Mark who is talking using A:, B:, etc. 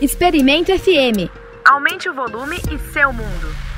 A: Experimento FM.
B: Aumente o volume e seu mundo.